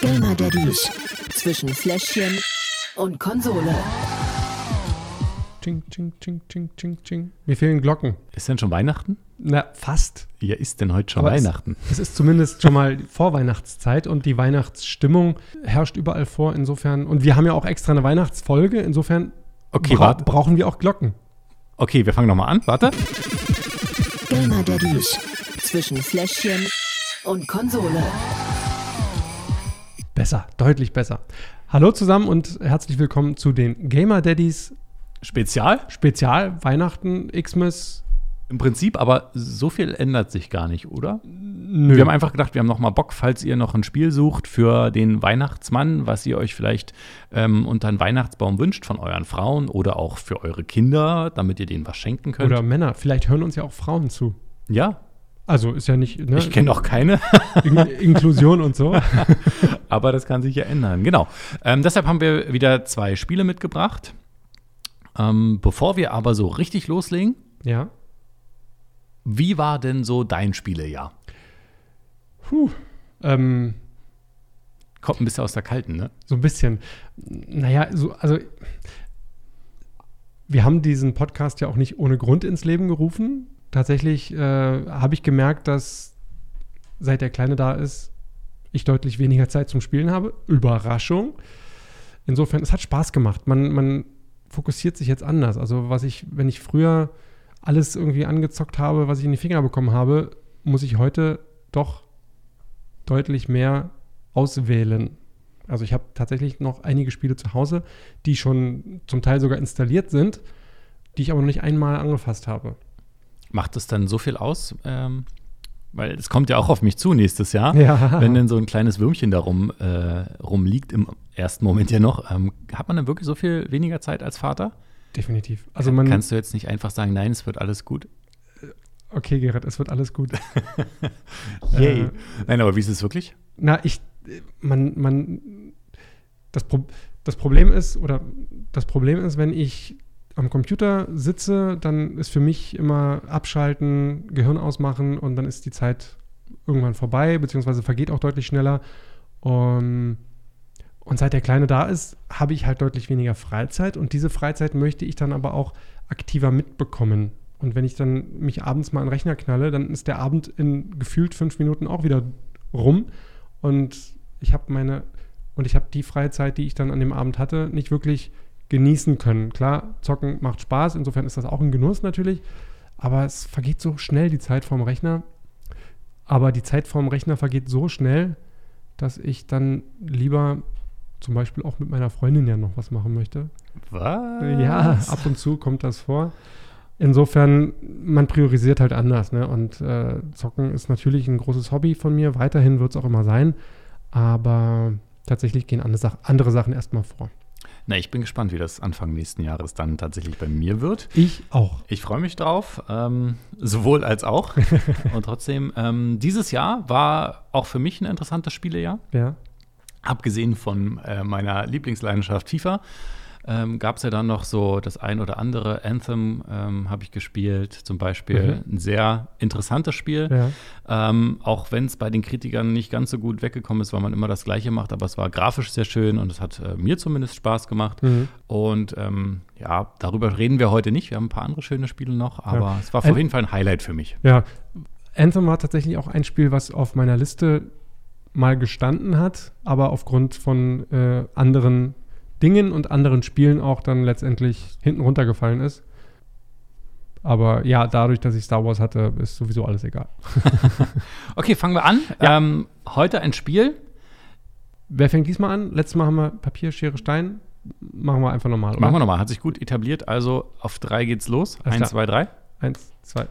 Gamer-Daddies zwischen Fläschchen und Konsole. Ching, ching, ching, ching, ching, ching. Mir fehlen Glocken. Ist denn schon Weihnachten? Na, fast. Ja, ist denn heute schon Aber es- Weihnachten? Es ist zumindest schon mal Vorweihnachtszeit und die Weihnachtsstimmung herrscht überall vor. Insofern, und wir haben ja auch extra eine Weihnachtsfolge. Insofern Okay, bra warte. brauchen wir auch Glocken. Okay, wir fangen nochmal an. Warte. Gamer-Daddies zwischen Fläschchen und Konsole. Besser, deutlich besser. Hallo zusammen und herzlich willkommen zu den Gamer Daddies Spezial? Spezial Weihnachten, Xmas. Im Prinzip, aber so viel ändert sich gar nicht, oder? Nö. Wir haben einfach gedacht, wir haben nochmal Bock, falls ihr noch ein Spiel sucht für den Weihnachtsmann, was ihr euch vielleicht ähm, unter den Weihnachtsbaum wünscht von euren Frauen oder auch für eure Kinder, damit ihr denen was schenken könnt. Oder Männer. Vielleicht hören uns ja auch Frauen zu. ja, Also ist ja nicht ne, ich kenne auch keine. In Inklusion und so. Aber das kann sich ja ändern, genau. Ähm, deshalb haben wir wieder zwei Spiele mitgebracht. Ähm, bevor wir aber so richtig loslegen, Ja. wie war denn so dein Spielejahr? Puh. Ähm, Kommt ein bisschen aus der Kalten, ne? So ein bisschen. Naja, so, also wir haben diesen Podcast ja auch nicht ohne Grund ins Leben gerufen. Tatsächlich äh, habe ich gemerkt, dass seit der Kleine da ist, ich deutlich weniger Zeit zum Spielen habe. Überraschung. Insofern, es hat Spaß gemacht. Man, man fokussiert sich jetzt anders. Also, was ich, wenn ich früher alles irgendwie angezockt habe, was ich in die Finger bekommen habe, muss ich heute doch deutlich mehr auswählen. Also ich habe tatsächlich noch einige Spiele zu Hause, die schon zum Teil sogar installiert sind, die ich aber noch nicht einmal angefasst habe. Macht es dann so viel aus? Ähm, weil es kommt ja auch auf mich zu nächstes Jahr. Ja. Wenn denn so ein kleines Würmchen da rum, äh, rumliegt, im ersten Moment ja noch, ähm, hat man dann wirklich so viel weniger Zeit als Vater? Definitiv. Also man Kannst du jetzt nicht einfach sagen, nein, es wird alles gut? okay, Gerrit, es wird alles gut. Äh, Nein, aber wie ist es wirklich? Na, ich man man das Pro das Problem ist oder das Problem ist, wenn ich am Computer sitze, dann ist für mich immer abschalten, Gehirn ausmachen und dann ist die Zeit irgendwann vorbei, beziehungsweise vergeht auch deutlich schneller. Und, und seit der Kleine da ist, habe ich halt deutlich weniger Freizeit und diese Freizeit möchte ich dann aber auch aktiver mitbekommen. Und wenn ich dann mich abends mal an den Rechner knalle, dann ist der Abend in gefühlt fünf Minuten auch wieder rum und ich habe meine und ich habe die Freizeit, die ich dann an dem Abend hatte, nicht wirklich genießen können. Klar, zocken macht Spaß, insofern ist das auch ein Genuss natürlich, aber es vergeht so schnell die Zeit vorm Rechner. Aber die Zeit vorm Rechner vergeht so schnell, dass ich dann lieber zum Beispiel auch mit meiner Freundin ja noch was machen möchte. Was? Ja, Ah. ab und zu kommt das vor. Insofern, man priorisiert halt anders. Ne? Und äh, Zocken ist natürlich ein großes Hobby von mir. Weiterhin wird es auch immer sein. Aber tatsächlich gehen andere, Sach andere Sachen erstmal vor. Na, ich bin gespannt, wie das Anfang nächsten Jahres dann tatsächlich bei mir wird. Ich auch. Ich freue mich drauf, ähm, sowohl als auch. Und trotzdem, ähm, dieses Jahr war auch für mich ein interessantes Spielejahr. Ja. Abgesehen von äh, meiner Lieblingsleidenschaft FIFA ähm, gab es ja dann noch so das ein oder andere Anthem ähm, habe ich gespielt, zum Beispiel ein sehr interessantes Spiel. ja. Ähm, auch wenn es bei den Kritikern nicht ganz so gut weggekommen ist, weil man immer das Gleiche macht, aber es war grafisch sehr schön und es hat äh, mir zumindest Spaß gemacht. Mhm. Und ähm, ja, darüber reden wir heute nicht. Wir haben ein paar andere schöne Spiele noch, aber Ja. es war Ein- auf jeden Fall ein Highlight für mich. Ja, Anthem war tatsächlich auch ein Spiel, was auf meiner Liste mal gestanden hat, aber aufgrund von äh, anderen Dingen und anderen Spielen auch dann letztendlich hinten runtergefallen ist. Aber ja, dadurch, dass ich Star Wars hatte, ist sowieso alles egal. Okay, fangen wir an. Ähm, heute ein Spiel. Wer fängt diesmal an? Letztes Mal haben wir Papier, Schere, Stein. Machen wir einfach normal. Machen wir nochmal. Hat sich gut etabliert. Also auf drei geht's los. Alles Eins, klar. zwei, drei. Eins, zwei.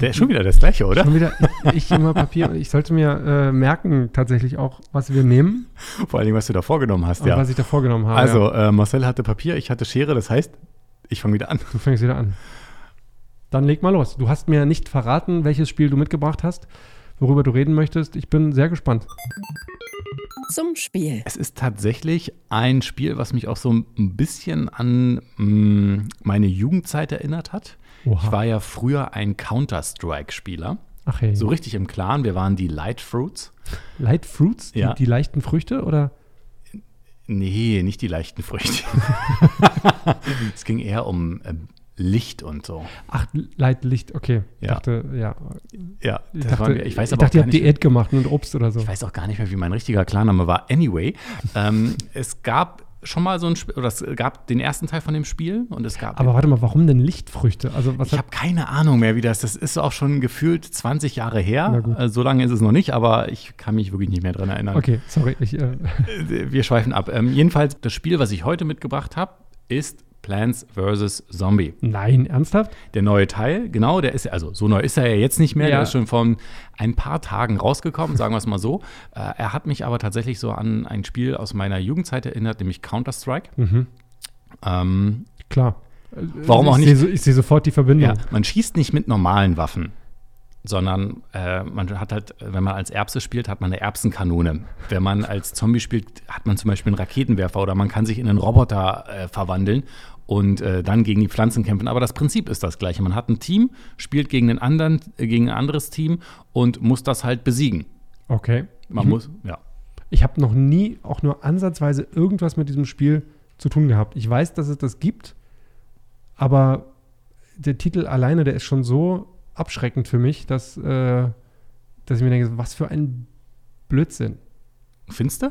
Der ist schon wieder das gleiche, oder? Schon wieder, ich, ich immer Papier. Ich sollte mir äh, merken tatsächlich auch, was wir nehmen Vor allen Dingen, was du da vorgenommen hast, und ja. was ich da vorgenommen habe. ja. Also, äh, Marcel hatte Papier, ich hatte Schere, das heißt, ich fange wieder an. Du fängst wieder an. Dann leg mal los. Du hast mir nicht verraten, welches Spiel du mitgebracht hast, worüber du reden möchtest. Ich bin sehr gespannt. Zum Spiel. Es ist tatsächlich ein Spiel, was mich auch so ein bisschen an mm, meine Jugendzeit erinnert hat. Oha. Ich war ja früher ein Counter-Strike-Spieler. Ach hey. So richtig im Clan. Wir waren die Light Fruits. Light Fruits? Die, Ja. die leichten Früchte oder? Nee, nicht die leichten Früchte. es ging eher um äh, Licht und so. Ach, Light Licht, okay. Ich Ja. dachte, ja. Ja, Ich das dachte, waren wir. Ich weiß aber dachte, ihr auch gar habt nicht, Diät gemacht und Obst oder so. ich weiß auch gar nicht mehr, wie mein richtiger Klarname war. Anyway, ähm, es gab schon mal so ein Spiel, oder es gab den ersten Teil von dem Spiel und es gab. aber warte mal, warum denn Lichtfrüchte? Also was ich hat, habe keine Ahnung mehr, wie das. Das ist auch schon gefühlt 20 Jahre Na her. gut. Äh, So lange ist es noch nicht, aber ich kann mich wirklich nicht mehr dran erinnern. Okay, sorry, ich, äh, Äh, Wir schweifen ab. Ähm, jedenfalls, das Spiel, was ich heute mitgebracht habe, ist Plants vs. Zombie. nein, ernsthaft? Der neue Teil, genau, der ist, ja- also so neu ist er ja jetzt nicht mehr, Ja. der ist schon vor ein paar Tagen rausgekommen, sagen wir es mal so. Äh, er hat mich aber tatsächlich so an ein Spiel aus meiner Jugendzeit erinnert, nämlich Counter-Strike. Ähm, Klar. Warum auch ich Sehe, nicht? so- ich sehe sofort die Verbindung. ja, man schießt nicht mit normalen Waffen, sondern äh, man hat halt, wenn man als Erbse spielt, hat man eine Erbsenkanone. Wenn man als Zombie spielt, hat man zum Beispiel einen Raketenwerfer oder man kann sich in einen Roboter äh, verwandeln und äh, dann gegen die Pflanzen kämpfen. Aber das Prinzip ist das gleiche. Man hat ein Team, spielt gegen, den anderen, äh, gegen ein anderes Team und muss das halt besiegen. Okay. Man ich muss, ja. ich habe noch nie auch nur ansatzweise irgendwas mit diesem Spiel zu tun gehabt. Ich weiß, dass es das gibt, aber der Titel alleine, der ist schon so abschreckend für mich, dass, äh, dass ich mir denke, was für ein Blödsinn. Findest du?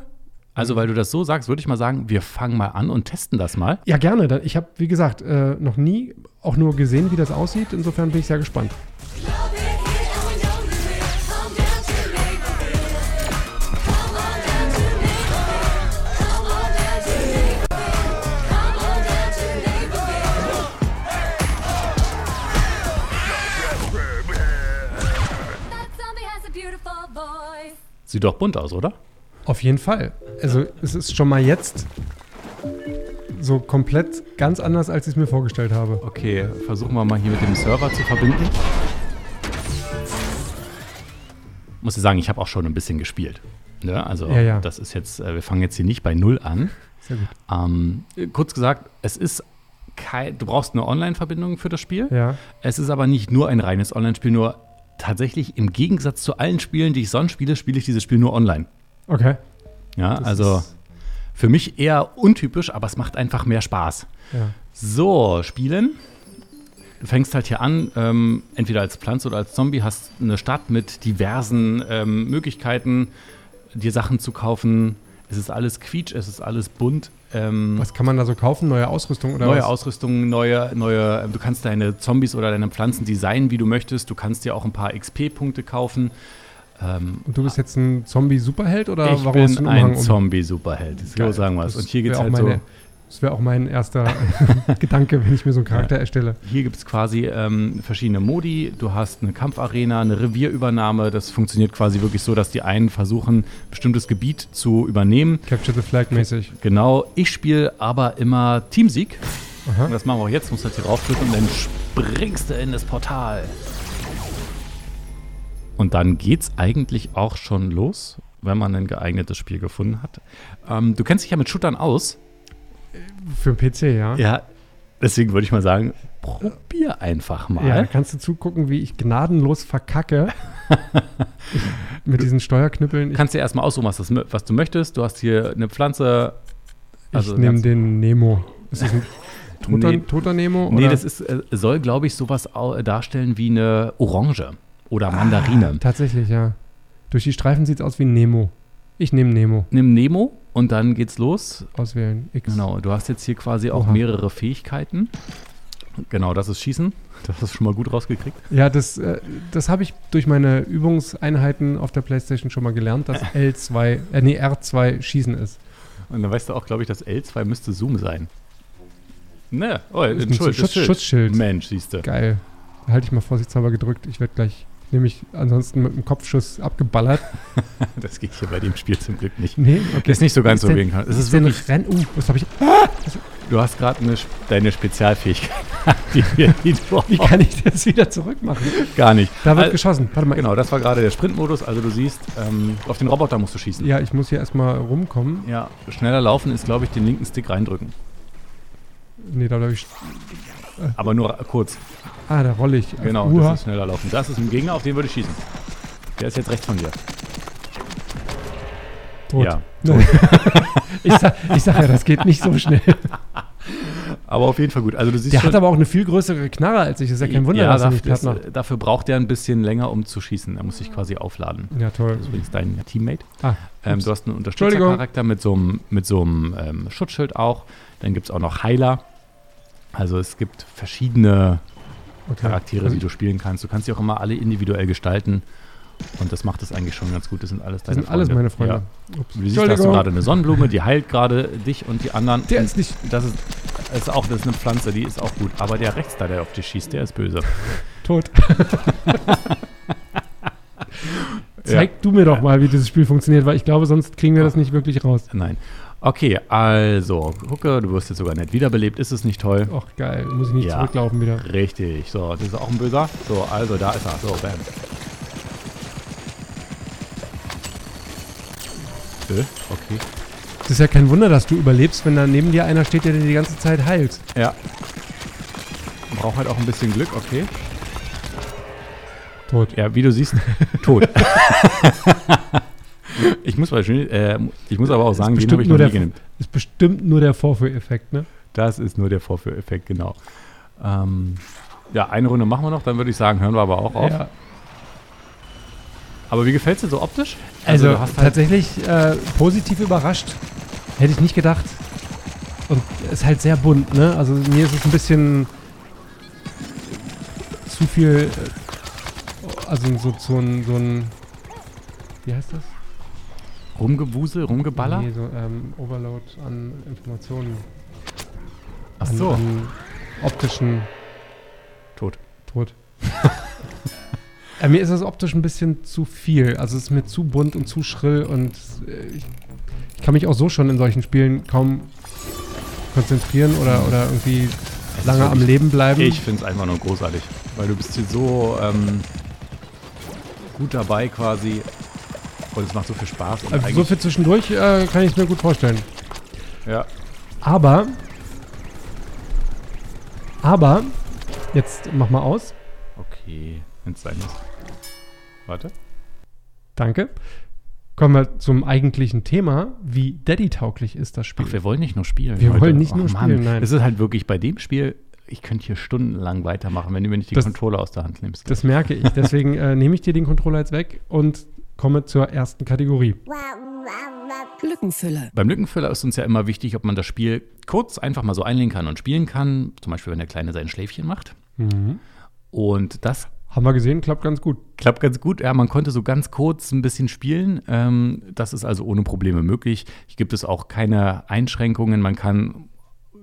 Also, weil du das so sagst, würde ich mal sagen, wir fangen mal an und testen das mal. Ja, gerne. Da- Ich habe, wie gesagt, äh, noch nie auch nur gesehen, wie das aussieht. Insofern bin ich sehr gespannt. Beautiful voice. Sieht doch bunt aus, oder? Auf jeden Fall. Also es ist schon mal jetzt so komplett ganz anders, als ich es mir vorgestellt habe. Okay, versuchen wir mal hier mit dem Server zu verbinden. Muss ich sagen, ich habe auch schon ein bisschen gespielt. Ne? Also Ja, ja. das ist jetzt, äh, wir fangen jetzt hier nicht bei null an. Sehr gut. Ähm, äh, kurz gesagt, es ist kein, du brauchst eine Online-Verbindung für das Spiel. Ja. Es ist aber nicht nur ein reines Online-Spiel, nur tatsächlich im Gegensatz zu allen Spielen, die ich sonst spiele, spiele ich dieses Spiel nur online. Okay. Ja, Das also ist- für mich eher untypisch, aber es macht einfach mehr Spaß. Ja. So, spielen. Du fängst halt hier an, ähm, entweder als Pflanze oder als Zombie, hast eine Stadt mit diversen ähm, Möglichkeiten, dir Sachen zu kaufen. Es ist alles quietsch, es ist alles bunt. Ähm, Was kann man da so kaufen? Neue Ausrüstung oder neue was? Ausrüstungen, neue, neue, ähm, du kannst deine Zombies oder deine Pflanzen designen, wie du möchtest. Du kannst dir auch ein paar XP-Punkte kaufen. Ähm, Und du bist jetzt ein Zombie-Superheld oder ich warum hast du bin einen ein Umhang um? Zombie-Superheld. So Geil. sagen wir es. Das Und hier geht es wär auch halt so. meine- Das wäre auch mein erster Gedanke, wenn ich mir so einen Charakter erstelle. Hier gibt es quasi ähm, verschiedene Modi. Du hast eine Kampfarena, eine Revierübernahme. Das funktioniert quasi wirklich so, dass die einen versuchen, ein bestimmtes Gebiet zu übernehmen. Capture the Flag-mäßig. Genau, ich spiele aber immer Teamsieg. Aha. Und das machen wir auch jetzt. Musst halt hier raufdrücken und dann springst du in das Portal. Und dann geht's eigentlich auch schon los, wenn man ein geeignetes Spiel gefunden hat. Ähm, du kennst dich ja mit Shootern aus. Für den PC, ja? Ja, deswegen würde ich mal sagen, probier einfach mal. Ja, da kannst du zugucken, wie ich gnadenlos verkacke. ich, mit diesen Steuerknüppeln. Du Ich, kannst dir erstmal aussuchen, was, das, was du möchtest. Du hast hier eine Pflanze. also ich nehme ganz- den Nemo. Ist das ein toter, Nee. toter Nemo? Nee, oder? das ist, äh, soll, glaube ich, sowas au- darstellen wie eine Orange oder Mandarine. Tatsächlich, ja. Durch die Streifen sieht es aus wie ein Nemo. Ich nehme Nemo. Nimm Nemo und dann geht's los. Auswählen. X. Genau, du hast jetzt hier quasi auch Oha. mehrere Fähigkeiten. Genau, das ist Schießen. Das hast du schon mal gut rausgekriegt. Ja, das, äh, das habe ich durch meine Übungseinheiten auf der Playstation schon mal gelernt, dass L2, äh, nee, R2 Schießen ist. Und dann weißt du auch, glaube ich, dass L2 müsste Zoom sein. Ne, oh, ein Entschuldigung. Schutz- Schutzschild. Mensch, siehst du. Geil. Halte ich mal vorsichtshalber gedrückt. Ich werde gleich nämlich ansonsten mit einem Kopfschuss abgeballert. Das geht hier bei dem Spiel zum Glück nicht. Nee, okay. Ist nicht so ganz Ist so denn- wegen. Es ist Ist denn wirklich Renn... Uh, was habe ich... Du hast gerade eine, Sp- deine Spezialfähigkeit, die, wir- die du Wie kann ich das wieder zurückmachen? gar nicht. Da wird Oh. Al- geschossen. Warte mal. genau, das war gerade der Sprintmodus. Also du siehst, ähm, auf den Roboter musst du schießen. Ja, ich muss hier erstmal rumkommen. Ja, schneller laufen ist, glaube ich, den linken Stick reindrücken. Nee, da glaube ich... Aber nur kurz. Ah, da rolle ich. Genau, Uha. das ist schneller laufen. Das ist ein Gegner, auf den würde ich schießen. Der ist jetzt rechts von dir. Tot. Ja. ich, sag, ich sag ja, das geht nicht so schnell. Aber auf jeden Fall gut. Also du siehst Der schon, hat aber auch eine viel größere Knarre als ich. Das ist ja kein Wunder, ja, dass er dafür, nicht platt macht. das- dafür braucht er ein bisschen länger, um zu schießen. Er muss sich quasi aufladen. Ja, toll. Das ist übrigens dein Teammate. Ah, Ähm, ups. du hast Entschuldigung. einen Unterstützercharakter mit so einem, mit so einem ähm, Schutzschild auch. Dann gibt es auch noch Heiler. Also es gibt verschiedene okay. Charaktere, Also, die du spielen kannst. Du kannst die auch immer alle individuell gestalten. Und das macht es eigentlich schon ganz gut. Das sind alles das deine sind alles meine Freunde. Ja. Ups. Du siehst, da hast du gerade eine Sonnenblume, die heilt gerade dich und die anderen. Der ist nicht Das ist, ist auch das ist eine Pflanze, die ist auch gut. Aber der rechts da, der auf dich schießt, der ist böse. tot. Zeig du mir doch mal, wie dieses Spiel funktioniert, weil ich glaube, sonst kriegen wir das nicht wirklich raus. Nein. Okay, also, gucke, du wirst jetzt sogar nicht wiederbelebt. Ist es nicht toll? Ach geil, muss ich nicht Ja. zurücklaufen wieder. Richtig. So, das ist auch ein böser. So, also, da ist er. So, bam. Äh, Okay. Es ist ja kein Wunder, dass du überlebst, wenn da neben dir einer steht, der dir die ganze Zeit heilt. Ja. Braucht halt auch ein bisschen Glück, okay. Tot. Ja, wie du siehst, tot. ich, muss mal schön, äh, ich muss aber auch sagen, den bestimmt habe ich noch nur nie der- genannt. Ist bestimmt nur der Vorführeffekt, ne? Das ist nur der Vorführeffekt, genau. Ähm, ja, eine Runde machen wir noch, dann würde ich sagen, hören wir aber auch auf. Ja. Aber wie gefällt es dir so optisch? Also, du hast halt, tatsächlich äh, positiv überrascht. Hätte ich nicht gedacht. Und ist halt sehr bunt, ne? Also mir ist es ein bisschen zu viel. äh, Also so, so ein. So ein wie heißt das? rumgewusel, rumgeballer. Nee, so ähm, Overload an Informationen. Ach an, so. an optischen Tot. Tod. äh, mir ist das optisch ein bisschen zu viel. Also es ist mir zu bunt und zu schrill und äh, ich, ich kann mich auch so schon in solchen Spielen kaum konzentrieren oder, oder irgendwie Es lange ist am wirklich- Leben bleiben. Also Ich finde es einfach nur großartig, weil du bist hier so ähm, gut dabei quasi und es macht so viel Spaß. Und also so eigentlich- viel zwischendurch äh, kann ich es mir gut vorstellen. ja, Aber, aber, jetzt mach mal aus. okay, wenn es sein muss. Warte. Danke. Kommen wir zum eigentlichen Thema. Wie daddy-tauglich ist das Spiel? Ach, wir wollen nicht nur spielen. Wir wollen nicht nur spielen, nein. Das ist halt wirklich bei dem Spiel, ich könnte hier stundenlang weitermachen, wenn du mir nicht die Das- Controller aus der Hand nimmst. das merke ich. Deswegen äh, nehme ich dir den Controller jetzt weg und komme zur ersten Kategorie. Lückenfüller. Beim Lückenfüller ist uns ja immer wichtig, ob man das Spiel kurz einfach mal so einlegen kann und spielen kann. Zum Beispiel, wenn der Kleine sein Schläfchen macht. Mhm. Und das Haben wir gesehen, klappt ganz gut. klappt ganz gut. Ja, man konnte so ganz kurz ein bisschen spielen. Ähm, das ist also ohne Probleme möglich. Hier gibt es auch keine Einschränkungen. Man kann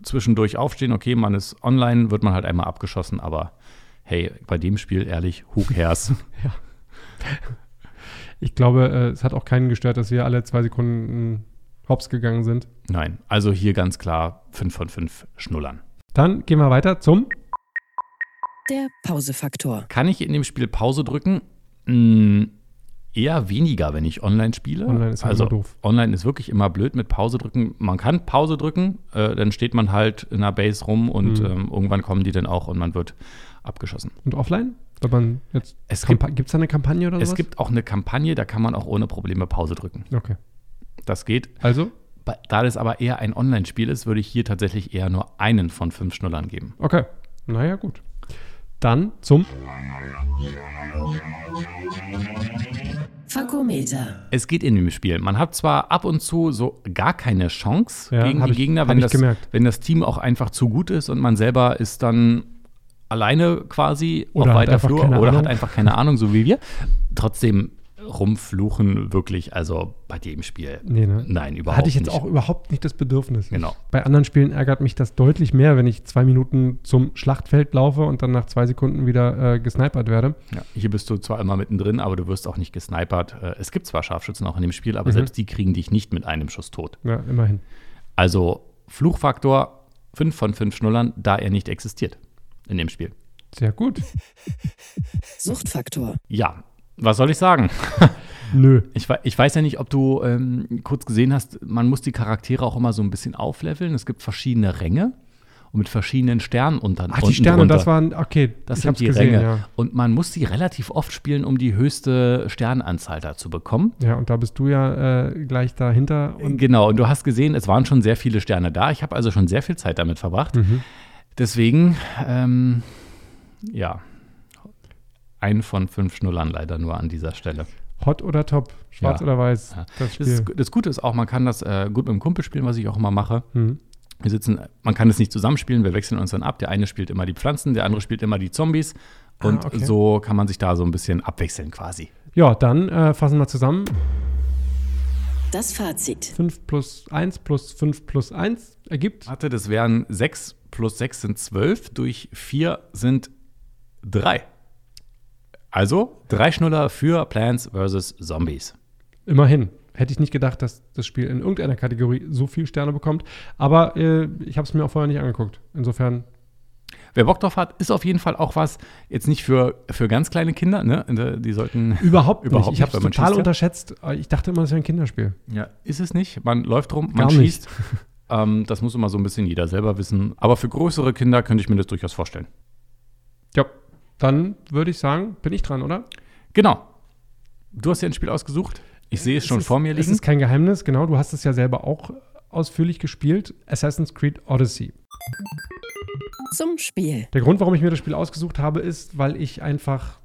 zwischendurch aufstehen. Okay, man ist online, wird man halt einmal abgeschossen. Aber hey, bei dem Spiel, ehrlich, who cares? Ich glaube, äh, es hat auch keinen gestört, dass wir alle zwei Sekunden hops gegangen sind. Nein, also hier ganz klar 5 von 5 Schnullern. Dann gehen wir weiter zum. Der Pausefaktor. Kann ich in dem Spiel Pause drücken? Hm, eher weniger, wenn ich online spiele. Online ist ja also immer doof. Online ist wirklich immer blöd mit Pause drücken. Man kann Pause drücken, äh, dann steht man halt in einer Base rum und Mhm. ähm, irgendwann kommen die dann auch und man wird abgeschossen. Und offline? Ob man jetzt. Es gibt, Gibt es da eine Kampagne oder es sowas? gibt auch eine Kampagne, da kann man auch ohne Probleme Pause drücken. Okay. Das geht. Also? Ba- Da das aber eher ein Online-Spiel ist, würde ich hier tatsächlich eher nur einen von fünf Schnullern geben. Okay. Naja, gut. Dann zum. Fakometer. Es geht in dem Spiel. Man hat zwar ab und zu so gar keine Chance Ja, gegen hab die ich- Gegner, hab wenn ich das, gemerkt. wenn das Team auch einfach zu gut ist und man selber ist dann alleine quasi Oder auf hat weiter einfach Flur keine oder hat Ahnung. einfach keine Ahnung, so wie wir. Trotzdem rumfluchen wirklich, also bei dem Spiel. Nee, ne? Nein, überhaupt Hatte ich jetzt nicht. auch überhaupt nicht das Bedürfnis. Genau. Bei anderen Spielen ärgert mich das deutlich mehr, wenn ich zwei Minuten zum Schlachtfeld laufe und dann nach zwei Sekunden wieder äh, gesnipert werde. Ja, hier bist du zwar immer mittendrin, aber du wirst auch nicht gesnipert. Äh, Es gibt zwar Scharfschützen auch in dem Spiel, Mhm. aber selbst die kriegen dich nicht mit einem Schuss tot. Ja, immerhin. Also Fluchfaktor 5 von 5 Schnullern, da er nicht existiert in dem Spiel. Sehr gut. Suchtfaktor. Ja, was soll ich sagen? Nö. Ich, wei- ich weiß ja nicht, ob du ähm, kurz gesehen hast, man muss die Charaktere auch immer so ein bisschen aufleveln. Es gibt verschiedene Ränge. und mit verschiedenen Sternen unter. Ach, die Sterne, das waren, okay, das ich sind hab's die gesehen, Ränge. ja. Und man muss die relativ oft spielen, um die höchste Sternanzahl da zu bekommen. Ja, und da bist du ja äh, gleich dahinter. Und genau, und du hast gesehen, es waren schon sehr viele Sterne da. Ich habe also schon sehr viel Zeit damit verbracht. Mhm. Deswegen, ähm, ja, ein von fünf Schnullern leider nur an dieser Stelle. hot oder top, schwarz Ja. oder weiß, Ja. das Spiel. Das, ist, das Gute ist auch, man kann das äh, gut mit dem Kumpel spielen, was ich auch immer mache. Mhm. Wir sitzen, man kann es nicht zusammenspielen, wir wechseln uns dann ab. Der eine spielt immer die Pflanzen, der andere spielt immer die Zombies. Und Ah, okay. so kann man sich da so ein bisschen abwechseln quasi. Ja, dann äh, fassen wir zusammen. Das Fazit. 5 plus 1 plus 5 plus 1 ergibt. Warte, das wären 6 plus 6 sind 12, durch 4 sind 3. Also drei Schnuller für Plants vs. Zombies. Immerhin. Hätte ich nicht gedacht, dass das Spiel in irgendeiner Kategorie so viel Sterne bekommt. Aber äh, ich habe es mir auch vorher nicht angeguckt. Insofern, Wer Bock drauf hat, ist auf jeden Fall auch was, jetzt nicht für, für ganz kleine Kinder, ne? Die sollten. überhaupt, Überhaupt nicht. Ich nicht, habe weil es man total schießt ja. unterschätzt. Äh, Ich dachte immer, das wäre ein Kinderspiel. Ja, ist es nicht. Man läuft rum, Gar man nicht. schießt. Ähm, das muss immer so ein bisschen jeder selber wissen. Aber für größere Kinder könnte ich mir das durchaus vorstellen. Ja, dann würde ich sagen, bin ich dran, oder? Genau. Du hast ja ein Spiel ausgesucht. Ich sehe es schon ist, vor mir Es liegen. ist kein Geheimnis, genau. Du hast es ja selber auch ausführlich gespielt. Assassin's Creed Odyssey. Zum Spiel. Der Grund, warum ich mir das Spiel ausgesucht habe, ist, weil ich einfach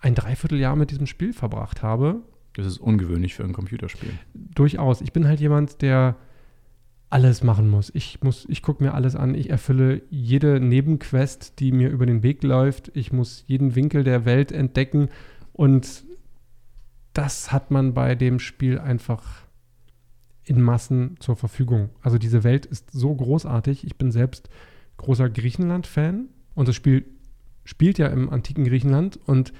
ein Dreivierteljahr mit diesem Spiel verbracht habe. Das ist ungewöhnlich für ein Computerspiel. durchaus. Ich bin halt jemand, der alles machen muss. Ich muss, ich gucke mir alles an. Ich erfülle jede Nebenquest, die mir über den Weg läuft. Ich muss jeden Winkel der Welt entdecken. Und das hat man bei dem Spiel einfach in Massen zur Verfügung. Also diese Welt ist so großartig. Ich bin selbst großer Griechenland-Fan und das Spiel spielt ja im antiken Griechenland und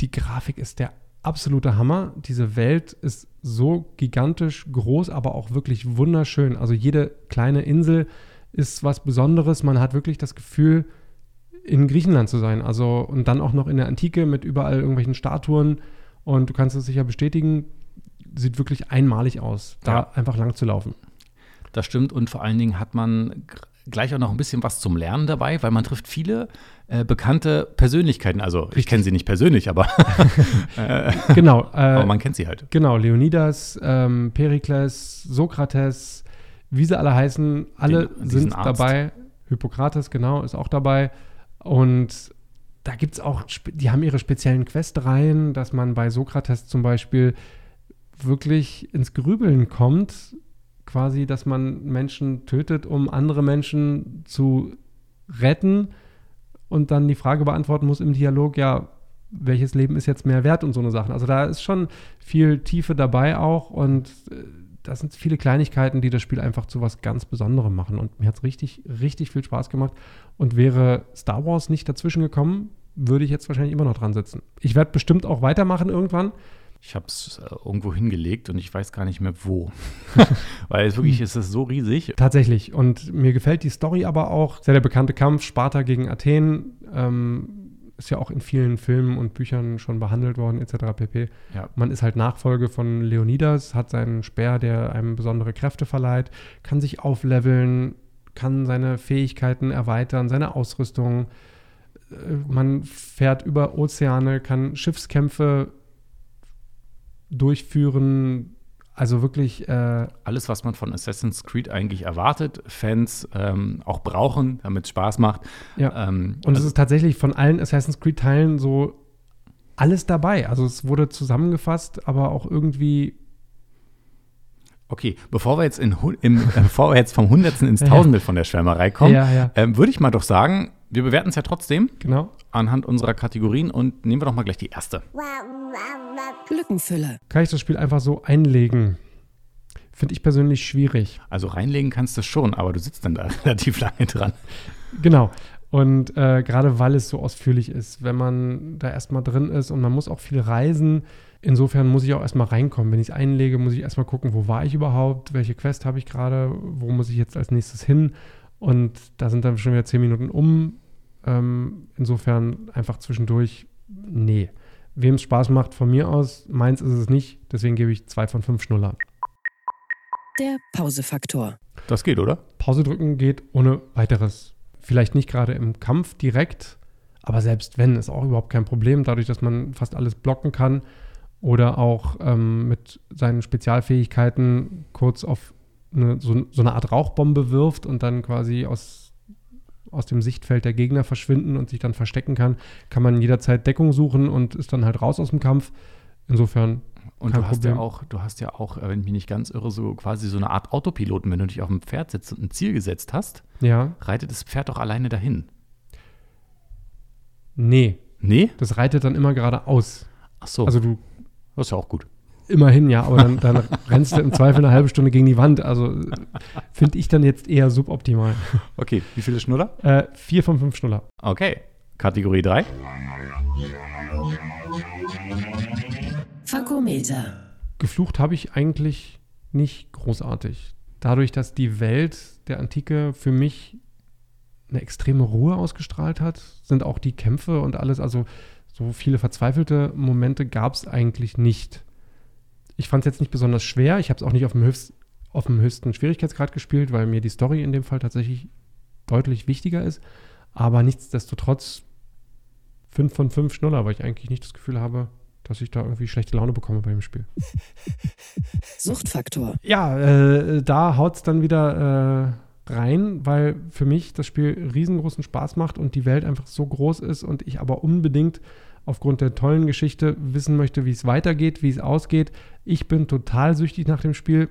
die Grafik ist der absolute Hammer. Diese Welt ist so gigantisch groß, aber auch wirklich wunderschön. Also jede kleine Insel ist was Besonderes. Man hat wirklich das Gefühl, in Griechenland zu sein. Also und dann auch noch in der Antike mit überall irgendwelchen Statuen. Und du kannst es sicher bestätigen, sieht wirklich einmalig aus, da Ja. einfach lang zu laufen. Das stimmt und vor allen Dingen hat man gr- gleich auch noch ein bisschen was zum Lernen dabei, weil man trifft viele äh, bekannte Persönlichkeiten. Also ich kenne sie nicht persönlich, aber, Genau. Äh, aber man kennt sie halt. Genau, Leonidas, ähm, Perikles, Sokrates, wie sie alle heißen, alle Den- diesen sind Arzt. dabei. Hippokrates, genau, ist auch dabei. Und da gibt es auch, spe- die haben ihre speziellen Questreihen, dass man bei Sokrates zum Beispiel wirklich ins Grübeln kommt, quasi, dass man Menschen tötet, um andere Menschen zu retten und dann die Frage beantworten muss im Dialog, ja, welches Leben ist jetzt mehr wert und so eine Sachen. Also da ist schon viel Tiefe dabei auch und äh, das sind viele Kleinigkeiten, die das Spiel einfach zu was ganz Besonderem machen. Und mir hat es richtig, richtig viel Spaß gemacht. Und wäre Star Wars nicht dazwischen gekommen, würde ich jetzt wahrscheinlich immer noch dran sitzen. Ich werde bestimmt auch weitermachen irgendwann. Ich habe es äh, irgendwo hingelegt und ich weiß gar nicht mehr wo. weil es wirklich ist es so riesig. Tatsächlich. Und mir gefällt die Story aber auch. Sehr der bekannte Kampf Sparta gegen Athen. Ähm, ist ja auch in vielen Filmen und Büchern schon behandelt worden, etc. pp. Ja. Man ist halt Nachfolge von Leonidas, hat seinen Speer, der einem besondere Kräfte verleiht, kann sich aufleveln, kann seine Fähigkeiten erweitern, seine Ausrüstung. Äh, Man fährt über Ozeane, kann Schiffskämpfe durchführen. Also wirklich äh, Alles, was man von Assassin's Creed eigentlich erwartet, Fans ähm, auch brauchen, damit es Spaß macht. Ja. Ähm, Und es also, ist tatsächlich von allen Assassin's Creed-Teilen so alles dabei. Also es wurde zusammengefasst, aber auch irgendwie. okay, bevor wir jetzt, in, hu- im, äh, bevor wir jetzt vom Hundertsten ins Tausende von der Schwärmerei kommen, Ja, ja. ähm, würde ich mal doch sagen, wir bewerten es ja trotzdem. Genau. anhand unserer Kategorien und nehmen wir doch mal gleich die erste. Lückenfüller. Kann ich das Spiel einfach so einlegen? Finde ich persönlich schwierig. Also reinlegen kannst du schon, aber du sitzt dann da relativ lange dran. Genau. Und äh, gerade weil es so ausführlich ist, wenn man da erstmal drin ist und man muss auch viel reisen, insofern muss ich auch erstmal reinkommen. Wenn ich es einlege, muss ich erstmal gucken, wo war ich überhaupt, welche Quest habe ich gerade, wo muss ich jetzt als nächstes hin. Und da sind dann schon wieder zehn Minuten um. Ähm, insofern einfach zwischendurch, nee. Wem es Spaß macht, von mir aus, meins ist es nicht. Deswegen gebe ich zwei von fünf Schnuller. Der Pausefaktor. Das geht, oder? Pause drücken geht ohne weiteres. Vielleicht nicht gerade im Kampf direkt, aber selbst wenn, ist auch überhaupt kein Problem, dadurch, dass man fast alles blocken kann oder auch ähm, mit seinen Spezialfähigkeiten kurz auf eine, so, so eine Art Rauchbombe wirft und dann quasi aus, aus dem Sichtfeld der Gegner verschwinden und sich dann verstecken kann, kann man jederzeit Deckung suchen und ist dann halt raus aus dem Kampf. Insofern Und Kein du hast Problem. ja auch, du hast ja auch, äh, wenn ich mich nicht ganz irre, so quasi so eine Art Autopiloten, wenn du dich auf ein Pferd sitzt und ein Ziel gesetzt hast, Ja, reitet das Pferd doch alleine dahin. nee, Nee? das reitet dann immer geradeaus. Ach so, Also du das ist ja auch gut. immerhin ja, aber dann, dann rennst du im Zweifel eine halbe Stunde gegen die Wand. Also finde ich dann jetzt eher suboptimal. Okay, wie viele Schnuller? Äh, vier von fünf Schnuller. Okay, Kategorie 3. Fakometer. geflucht habe ich eigentlich nicht großartig. Dadurch, dass die Welt der Antike für mich eine extreme Ruhe ausgestrahlt hat, sind auch die Kämpfe und alles, also so viele verzweifelte Momente gab es eigentlich nicht. Ich fand es jetzt nicht besonders schwer. Ich habe es auch nicht auf dem, höchst, auf dem höchsten Schwierigkeitsgrad gespielt, weil mir die Story in dem Fall tatsächlich deutlich wichtiger ist. Aber nichtsdestotrotz, fünf von fünf Schnuller, weil ich eigentlich nicht das Gefühl habe, dass ich da irgendwie schlechte Laune bekomme bei dem Spiel. Suchtfaktor. Ja, äh, da haut es dann wieder äh, rein, weil für mich das Spiel riesengroßen Spaß macht und die Welt einfach so groß ist und ich aber unbedingt aufgrund der tollen Geschichte wissen möchte, wie es weitergeht, wie es ausgeht. Ich bin total süchtig nach dem Spiel,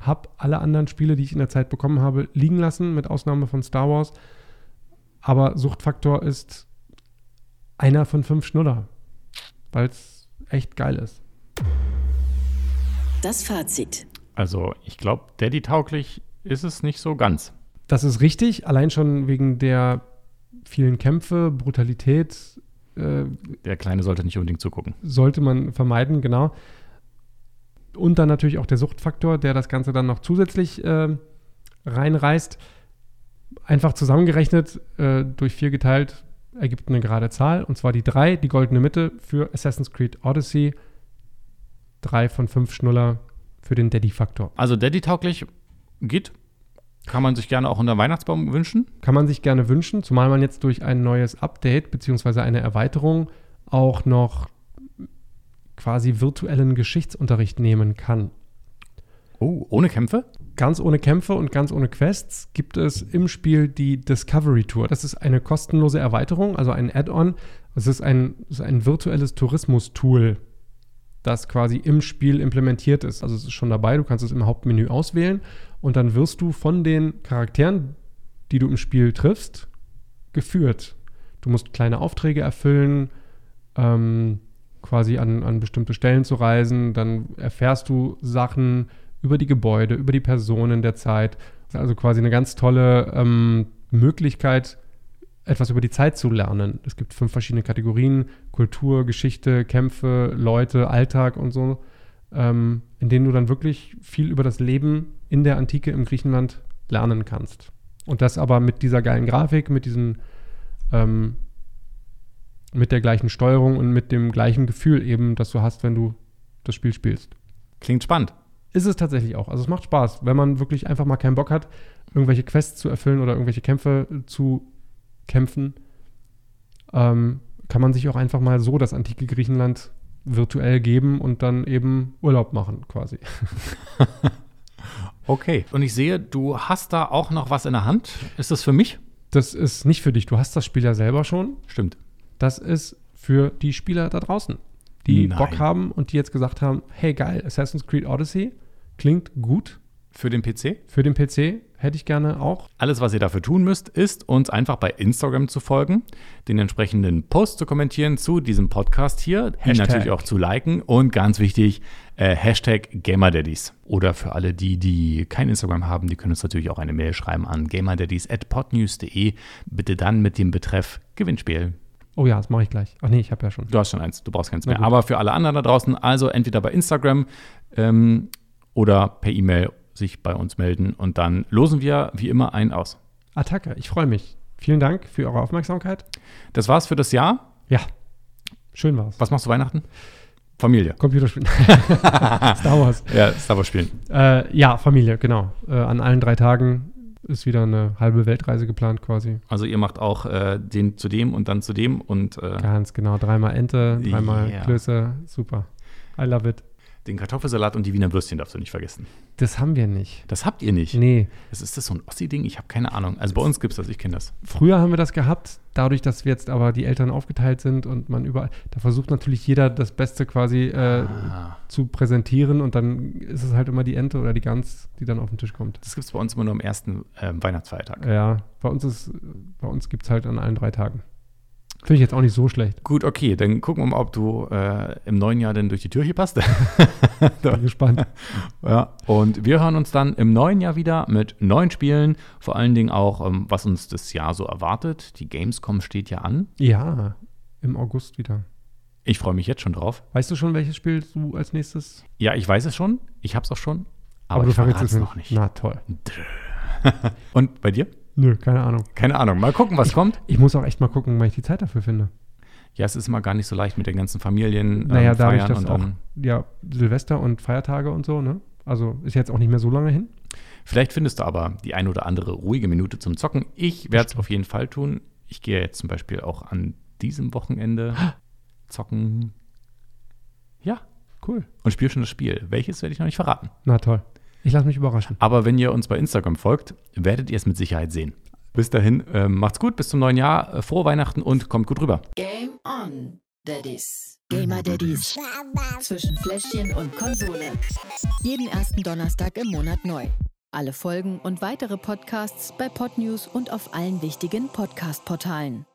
habe alle anderen Spiele, die ich in der Zeit bekommen habe, liegen lassen, mit Ausnahme von Star Wars. Aber Suchtfaktor ist einer von fünf Schnuller, weil es echt geil ist. Das Fazit. Also, ich glaube, Daddy-tauglich ist es nicht so ganz. Das ist richtig, allein schon wegen der vielen Kämpfe, Brutalität äh, Der Kleine sollte nicht unbedingt zugucken. sollte man vermeiden, genau. Und dann natürlich auch der Suchtfaktor, der das Ganze dann noch zusätzlich äh, reinreißt. Einfach zusammengerechnet, äh, durch vier geteilt, ergibt eine gerade Zahl. Und zwar die drei, die goldene Mitte für Assassin's Creed Odyssey. Drei von fünf Schnuller für den Daddy-Faktor. Also, Daddy-tauglich geht. Kann man sich gerne auch unter Weihnachtsbaum wünschen. kann man sich gerne wünschen, zumal man jetzt durch ein neues Update bzw. eine Erweiterung auch noch quasi virtuellen Geschichtsunterricht nehmen kann. Oh, ohne Kämpfe? Ganz ohne Kämpfe und ganz ohne Quests gibt es im Spiel die Discovery Tour. Das ist eine kostenlose Erweiterung, also ein Add-on. Es ist ein, es ist ein virtuelles Tourismus-Tool, das quasi im Spiel implementiert ist. Also es ist schon dabei, du kannst es im Hauptmenü auswählen und dann wirst du von den Charakteren, die du im Spiel triffst, geführt. Du musst kleine Aufträge erfüllen, ähm, quasi an, an bestimmte Stellen zu reisen. Dann erfährst du Sachen über die Gebäude, über die Personen der Zeit. Das ist Also quasi eine ganz tolle ähm, Möglichkeit, etwas über die Zeit zu lernen. Es gibt fünf verschiedene Kategorien: Kultur, Geschichte, Kämpfe, Leute, Alltag und so, ähm, in denen du dann wirklich viel über das Leben in der Antike im Griechenland lernen kannst. Und das aber mit dieser geilen Grafik, mit diesen ähm, mit der gleichen Steuerung und mit dem gleichen Gefühl eben, das du hast, wenn du das Spiel spielst. Klingt spannend. Ist es tatsächlich auch. Also es macht Spaß, wenn man wirklich einfach mal keinen Bock hat, irgendwelche Quests zu erfüllen oder irgendwelche Kämpfe zu kämpfen, ähm, kann man sich auch einfach mal so das antike Griechenland virtuell geben und dann eben Urlaub machen quasi. Okay. Und ich sehe, du hast da auch noch was in der Hand. Ist das für mich? Das ist nicht für dich. Du hast das Spiel ja selber schon. Stimmt. Das ist für die Spieler da draußen, die Nein. Bock haben und die jetzt gesagt haben, hey geil, Assassin's Creed Odyssey klingt gut, Für den PC? Für den PC hätte ich gerne auch. Alles, was ihr dafür tun müsst, ist, uns einfach bei Instagram zu folgen, den entsprechenden Post zu kommentieren zu diesem Podcast hier, ihn Hashtag. natürlich auch zu liken und ganz wichtig, äh, Hashtag GamerDaddies. Oder für alle die, die kein Instagram haben, die können uns natürlich auch eine Mail schreiben an gamerdaddies.podnews.de. Bitte dann mit dem Betreff Gewinnspiel. Oh ja, das mache ich gleich. Ach nee, ich habe ja schon. Du hast schon eins, du brauchst keins Na mehr. gut. Aber für alle anderen da draußen, also entweder bei Instagram ähm, oder per E-Mail sich bei uns melden und dann losen wir wie immer einen aus. Attacke, ich freue mich. Vielen Dank für eure Aufmerksamkeit. Das war's für das Jahr. Ja, schön war's. Was machst du Weihnachten? Familie. Computerspielen. Star Wars. Ja, Star Wars spielen. Äh, ja, Familie, genau. Äh, an allen drei Tagen ist wieder eine halbe Weltreise geplant quasi. Also ihr macht auch äh, den zu dem und dann zu dem und äh, Ganz genau. Dreimal Ente, dreimal Ja. Klöße. Super. I love it. den Kartoffelsalat und die Wiener Würstchen darfst du nicht vergessen. Das haben wir nicht. Das habt ihr nicht. Nee. Das ist das so ein Ossi-Ding? Ich habe keine Ahnung. Also bei uns gibt's das, ich kenne das. Früher haben wir das gehabt, dadurch, dass wir jetzt aber die Eltern aufgeteilt sind und man überall, da versucht natürlich jeder das Beste quasi äh, Ah. zu präsentieren und dann ist es halt immer die Ente oder die Gans, die dann auf den Tisch kommt. Das gibt's bei uns immer nur am ersten ähm, Weihnachtsfeiertag. Ja, bei uns ist, bei uns gibt es halt an allen drei Tagen. Finde ich jetzt auch nicht so schlecht. Gut, okay, dann gucken wir mal, ob du äh, im neuen Jahr denn durch die Tür hier passt. Bin gespannt. ja. Und wir hören uns dann im neuen Jahr wieder mit neuen Spielen, vor allen Dingen auch, ähm, was uns das Jahr so erwartet. Die Gamescom steht ja an. Ja, im August wieder. Ich freue mich jetzt schon drauf. Weißt du schon, welches Spiel du als nächstes? Ja, ich weiß es schon, ich habe es auch schon, aber, du ich verrate es jetzt noch nicht. Hm. Na toll. Und bei dir? Nö, keine Ahnung. Keine Ahnung, mal gucken, was kommt. Ich muss auch echt mal gucken, wann ich die Zeit dafür finde. Ja, es ist mal gar nicht so leicht mit den ganzen Familien. ähm, naja, dadurch, dass und auch dann- ja, Silvester und Feiertage und so, ne? Also ist jetzt auch nicht mehr so lange hin. Vielleicht findest du aber die ein oder andere ruhige Minute zum Zocken. Ich werde es auf jeden Fall tun. Ich gehe jetzt zum Beispiel auch an diesem Wochenende zocken. Ja, Cool. und spiele schon das Spiel. Welches werde ich noch nicht verraten. Na toll. Ich lasse mich überraschen. Aber wenn ihr uns bei Instagram folgt, werdet ihr es mit Sicherheit sehen. Bis dahin, ähm, macht's gut, bis zum neuen Jahr, äh, frohe Weihnachten und kommt gut rüber. Game on, Daddies. Gamer Daddies. Zwischen Fläschchen und Konsole. Jeden ersten Donnerstag im Monat neu. Alle Folgen und weitere Podcasts bei Podnews und auf allen wichtigen Podcast-Portalen.